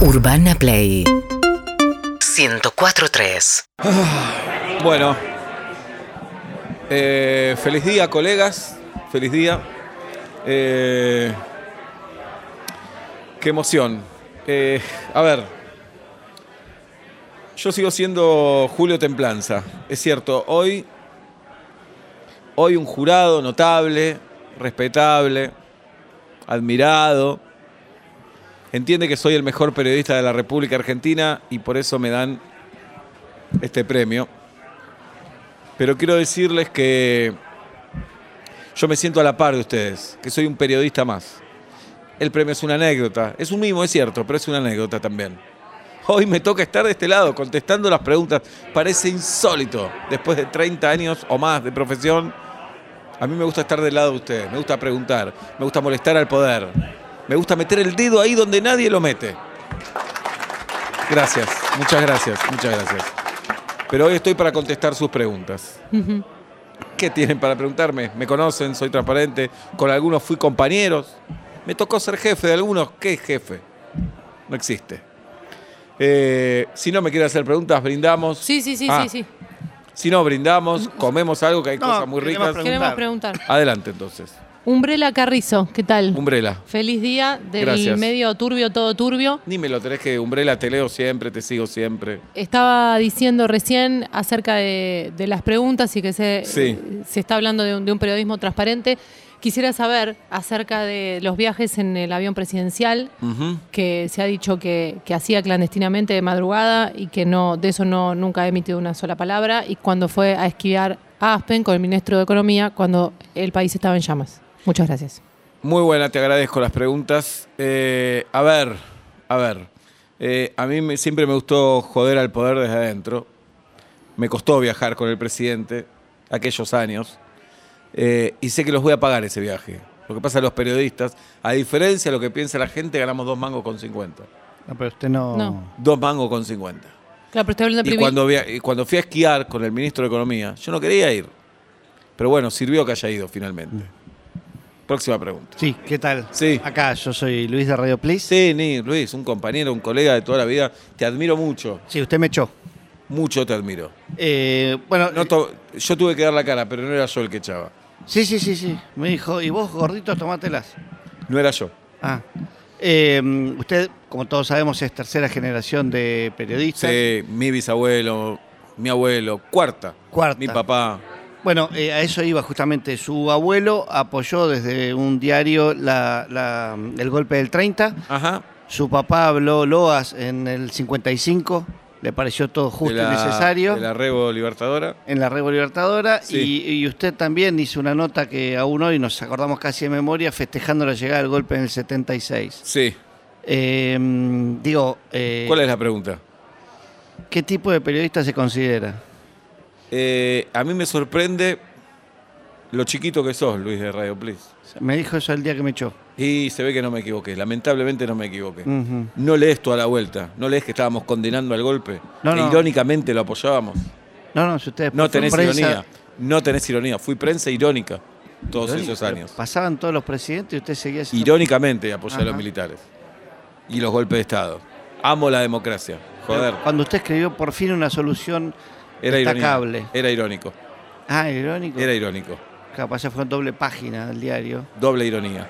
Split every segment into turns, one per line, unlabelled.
Urbana Play 104.3
Bueno, Eh, feliz día, colegas. Feliz día. Eh, qué emoción. Eh, a ver, yo sigo siendo Julio Templanza. Es cierto, hoy, hoy un jurado notable, respetable, admirado. Entiende que soy el mejor periodista de la República Argentina y por eso me dan este premio. Pero quiero decirles que yo me siento a la par de ustedes, que soy un periodista más. El premio es una anécdota, es un mimo, es cierto, pero es una anécdota también. Hoy me toca estar de este lado contestando las preguntas. Parece insólito, después de 30 años o más de profesión, a mí me gusta estar del lado de ustedes, me gusta preguntar, me gusta molestar al poder, me gusta meter el dedo ahí donde nadie lo mete. Gracias, muchas gracias, muchas gracias. Pero hoy estoy para contestar sus preguntas. ¿Qué tienen para preguntarme? Me conocen, soy transparente, con algunos fui compañeros. Me tocó ser jefe de algunos. ¿Qué es jefe? No existe. Eh, si no me quieren hacer preguntas, brindamos.
Sí, sí, sí,
Ah,
sí, sí.
Si no, brindamos, comemos algo que hay
No,
cosas muy
queremos
ricas.
preguntar.
Queremos preguntar.
Adelante entonces.
Umbrella Carrizo, ¿qué tal?
Umbrella.
Feliz día del
Um- Gracias.
medio turbio, todo turbio.
Ni me lo tenés que Umbrella, te leo siempre, te sigo siempre.
Estaba diciendo recién acerca de, de las preguntas y que se,
Sí.
se está hablando de un, de un periodismo transparente. Quisiera saber acerca de los viajes en el avión presidencial,
Ujú.
que se ha dicho que, que hacía clandestinamente de madrugada y que no de eso no nunca ha emitido una sola palabra, y cuando fue a esquivar a Aspen con el ministro de Economía, cuando el país estaba en llamas. Muchas gracias.
Muy buena, te agradezco las preguntas. Eh, a ver, a ver. Eh, a mí me- siempre me gustó joder al poder desde adentro. Me costó viajar con el presidente aquellos años. Eh, y sé que los voy a pagar ese viaje. Lo que pasa a los periodistas, a diferencia de lo que piensa la gente, ganamos dos mangos con 50.
No, pero usted no.
No.
Dos mangos con 50.
Claro, pero estoy hablando de
Y
privi-
cuando, via- y cuando fui a esquiar con el ministro de Economía, yo no quería ir. Pero bueno, sirvió que haya ido finalmente. Próxima pregunta.
Sí, ¿qué tal?
Sí.
Acá, yo soy Luis de Radio Please.
Sí, ni Luis, un compañero, un colega de toda la vida. Te admiro mucho,
Sí, usted me echó.
mucho te admiro.
Eh, bueno,
No to- yo tuve que dar la cara, pero no era yo el que echaba.
sí, sí, sí, sí. Me dijo, y vos, gorditos, tomátelas.
No era yo.
Ah. Eh, usted, como todos sabemos, es tercera generación de periodistas.
Sí, mi bisabuelo, mi abuelo, cuarta.
Cuarta.
Mi papá.
Bueno, eh, a eso iba justamente. Su abuelo apoyó desde un diario la- la- el golpe del 30.
Ajá.
Su papá habló Loas en el 55. Le pareció todo justo
De la-
y necesario.
De la Rebo Libertadora.
en la Rebo Libertadora
Sí.
y, y usted también hizo una nota que aún hoy nos acordamos casi de memoria festejando la llegada del golpe en el 76.
Sí.
Eh, digo, eh,
¿Cuál es la pregunta?
¿qué tipo de periodista se considera?
Eh, a mí me sorprende lo chiquito que sos, Luis de Radio Please.
Me dijo eso el día que me echó.
Y se ve que no me equivoqué. Lamentablemente no me equivoqué.
Ujú.
No lees toda la vuelta, no lees que estábamos condenando al golpe,
No,
que
no.
irónicamente lo apoyábamos.
No, no, si ustedes
No
fue
tenés
prensa-
ironía, no tenés ironía. Fui prensa irónica todos
Irónica,
esos años.
Pasaban todos los presidentes y usted seguía siendo-
Irónicamente apoyé a los
Ajá.
militares y los golpes de Estado. Amo la democracia, joder.
Cuando usted escribió por fin una solución
Era
destacable.
irónico. Era irónico,
Ah, irónico.
era irónico.
Capaz se fue en doble página del diario.
Doble ironía,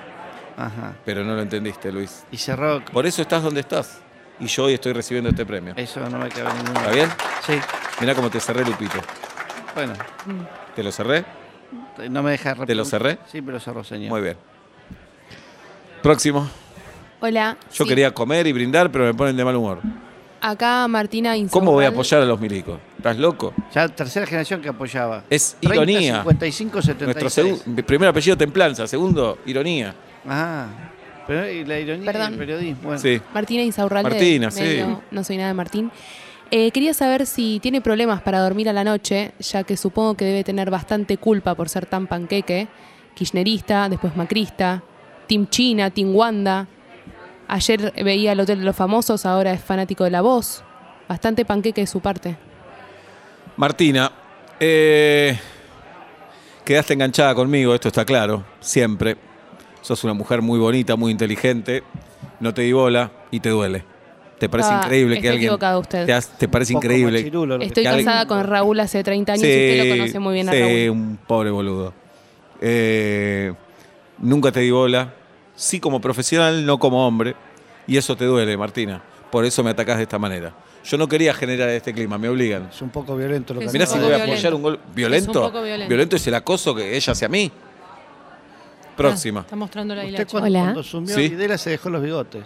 Ajá.
pero no lo entendiste, Luis.
Y cerró.
Por eso estás donde estás y yo hoy estoy recibiendo este premio.
Eso no me cabe ninguna.
¿Está bien?
Sí.
Mirá cómo te cerré, Lupito.
Bueno,
¿Te lo cerré?
no me deja
¿Te lo cerré?
Sí, pero cerró, señor.
Muy bien. Próximo.
Hola.
Yo
sí,
quería comer y brindar, pero me ponen de mal humor.
Acá Martina Insaurral.
¿Cómo voy a apoyar a los milicos? ¿Estás loco?
Ya tercera generación que apoyaba.
Es
30,
ironía.
55, 76.
Nuestro segun- mi primer apellido templanza, segundo ironía.
Ah, pero y la ironía
Perdón.
del periodismo. Bueno,
Sí.
Martina Insaurral. de
Martina, sí.
Medio No soy nada de Martín. Eh, quería saber si tiene problemas para dormir a la noche, ya que supongo que debe tener bastante culpa por ser tan panqueque, kirchnerista, después macrista, Team China, Team Wanda. Ayer veía el Hotel de los Famosos, ahora es fanático de La Voz. Bastante panqueque de su parte.
Martina, eh, quedaste enganchada conmigo, esto está claro, siempre. Sos una mujer muy bonita, muy inteligente, no te di bola y te duele. ¿Te parece
Estaba-
increíble que
está
alguien.
Ah, equivocado usted.
Te, hace- te parece
Un poco
increíble.
machirulo lo que
Estoy
que alguien-
casada con Raúl hace 30 años y usted lo conoce muy bien a
sí,
Raúl.
un pobre boludo. Eh, nunca te di bola. Sí como profesional, no como hombre. Y eso te duele, Martina. Por eso me atacás de esta manera. Yo no quería generar este clima, me obligan.
Es un poco violento lo que
Es
Mirá
un
si
acaba
voy
poco
a
de-
apoyar un gol. ¿Violento?
Es un poco violento.
es el acoso que ella hacia mí.
Ah,
Próxima.
Ah,
está mostrando la
Usted
hilacha.
cuando,
Hola.
cuando asumió
Sí.
Videla se dejó los bigotes.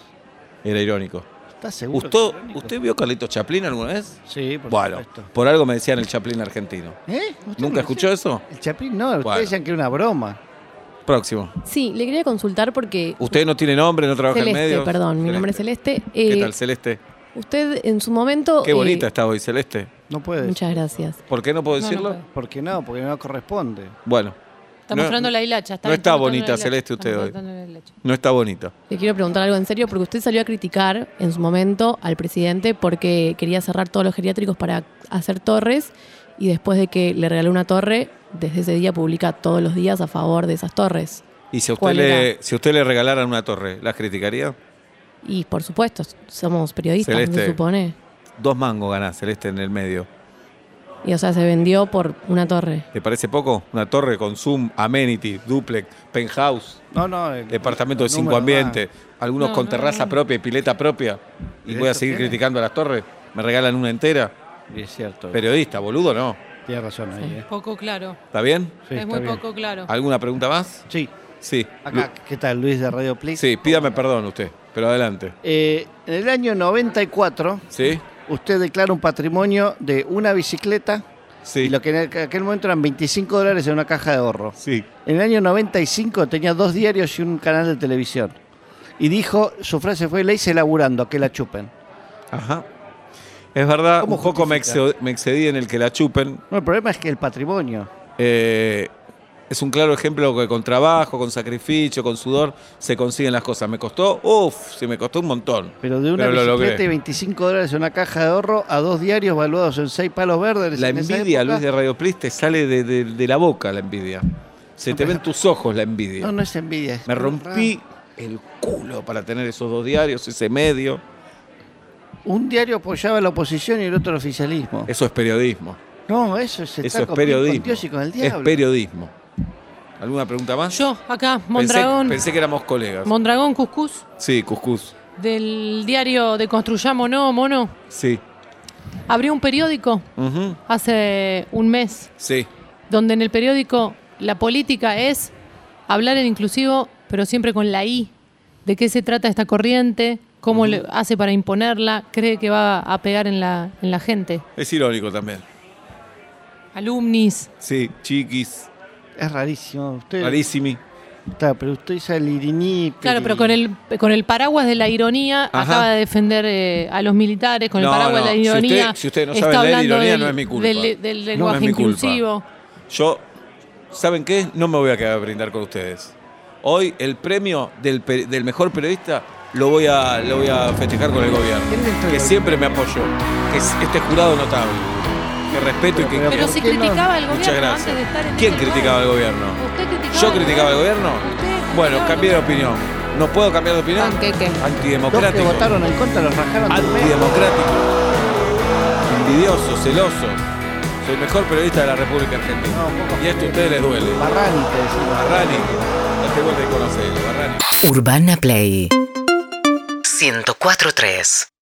Era irónico.
¿Está seguro?
¿Usted,
que es irónico?
¿Usted vio Carlito Chaplin alguna vez?
Sí, por
bueno,
supuesto.
por algo me decían el Chaplin argentino.
¿Eh? ¿Usted
¿Nunca
no
escuchó
sé?
eso?
El Chapín no, ustedes
Bueno.
decían que era una broma.
Próximo.
Sí, le quería consultar porque...
Usted no tiene nombre, no trabaja
Celeste,
en medios.
perdón, mi nombre es Celeste.
¿Qué
Eh,
tal, Celeste?
Usted en su momento...
Qué
eh,
bonita está hoy, Celeste.
No puede. decir.
Muchas gracias.
¿Por qué no puedo
No, no
decirlo?
puede.
¿Por qué no? Porque no corresponde.
Bueno,
Está
No-
mostrando la hilacha.
no está
mostrando
bonita
la hilacha.
Celeste usted
Está
hoy.
mostrando la hilacha.
no está bonita.
Le quiero preguntar algo en serio porque usted salió a criticar en su momento al presidente porque quería cerrar todos los geriátricos para hacer torres y después de que le regaló una torre, desde ese día publica todos los días a favor de esas torres.
Y si a usted
¿Cuál
le, si a usted le regalaran una torre, ¿la criticaría?
Y por supuesto, somos periodistas,
Celeste.
se supone.
Dos mangos ganás, Celeste, en el medio.
Y o sea, se vendió por una torre.
¿Te parece poco? Una torre con Zoom, amenity, duplex, penthouse,
No, no. el-
departamento de
el
cinco
número más.
ambientes, algunos
No,
con
no,
terraza
no.
propia y pileta propia. ¿Y
¿Pero
voy a
eso
seguir
tiene?
criticando a las torres? ¿Me regalan una entera?
Y es cierto.
Periodista, boludo, no.
Tiene razón ahí, ¿eh?
Poco claro.
¿Está bien?
Sí,
es
está
muy
bien.
poco claro.
¿Alguna pregunta más?
Sí.
Sí.
Acá, ¿qué tal, Luis de Radio Play?
Sí, pídame perdón usted, pero adelante.
Eh, en el año 94,
¿Sí?
usted declara un patrimonio de una bicicleta
Sí.
y lo que en aqu- aquel momento eran 25 dólares en una caja de ahorro.
Sí.
En el año 95 tenía dos diarios y un canal de televisión. Y dijo, su frase fue, le hice laburando, que la chupen.
Ajá. Es verdad,
¿Cómo
un poco me,
justifica?
exce- me excedí en el que la chupen.
No, el problema es que el patrimonio.
Eh, es un claro ejemplo que con trabajo, con sacrificio, con sudor, se consiguen las cosas. Me costó, uff, sí me costó un montón.
Pero de una
Pero lo
bicicleta
logré.
y 25 dólares en una caja de ahorro a dos diarios valuados en seis palos verdes.
La
en esa
envidia,
época.
Luis de Radio Plis, te sale de, de- de la boca la envidia. Se te ven tus ojos la
No,
envidia.
no es envidia. es
Me rompí el culo para tener esos dos diarios, ese medio.
Un diario apoyaba a la oposición y el otro el oficialismo.
Eso es periodismo.
No, eso es,
Eso es periodismo.
Dios y con el
Es
diablo.
periodismo. ¿Alguna pregunta más?
Yo, acá,
Pensé-
Mondragón.
pensé que éramos colegas.
Mondragón Cuscus,
Sí, Cuscus.
del diario de Construyamos No, mono.
Sí.
Abrió un periódico
Ujú.
hace un mes
Sí.
donde en el periódico la política es hablar en inclusivo, pero siempre con la I. ¿De qué se trata esta corriente? ¿Cómo le hace para imponerla? ¿Cree que va a pegar en la, en la gente?
Es irónico también.
Alumnis.
Sí, chiquis,
Es rarísimo. Usted,
rarísimi.
Está, pero usted usa el iriní.
Claro, pero con el, con el paraguas de la ironía
Ajá.
acaba de defender eh, a los militares, con
No,
el paraguas
no,
de la
si usted-
ironía.
si usted no
está
sabe leer
hablando
ironía,
del-
no es mi culpa.
Del, del
No
lenguaje
es mi culpa.
inclusivo.
Yo, ¿saben qué? No me voy a quedar a brindar con ustedes. Hoy el premio del, pe- del mejor periodista lo voy, a, lo voy a festejar con el gobierno,
¿Quién le entregó
que
el-
siempre me apoyó, que es este jurado notable, que respeto y que...
Pero
¿por
si
qué no?
criticaba al
Muchas
gobierno
gracias.
antes de estar en
¿Quién
este
criticaba al
lugar.
gobierno?
Usted criticaba
¿Yo
al
criticaba al gobierno?
Usted
Bueno,
criticaba al
cambié de opinión. ¿No puedo cambiar de opinión?
Panqueque.
Dos que
Antidemocrático.
votaron en contra los rajaron de medio.
antidemocrático, envidioso, celoso. Soy el mejor periodista de la República Argentina.
No, un poco.
y esto a ustedes les duele.
Barrani, te decimos.
Barrani, no te vuelve a conocer, Barrani.
Urbana Play 104.3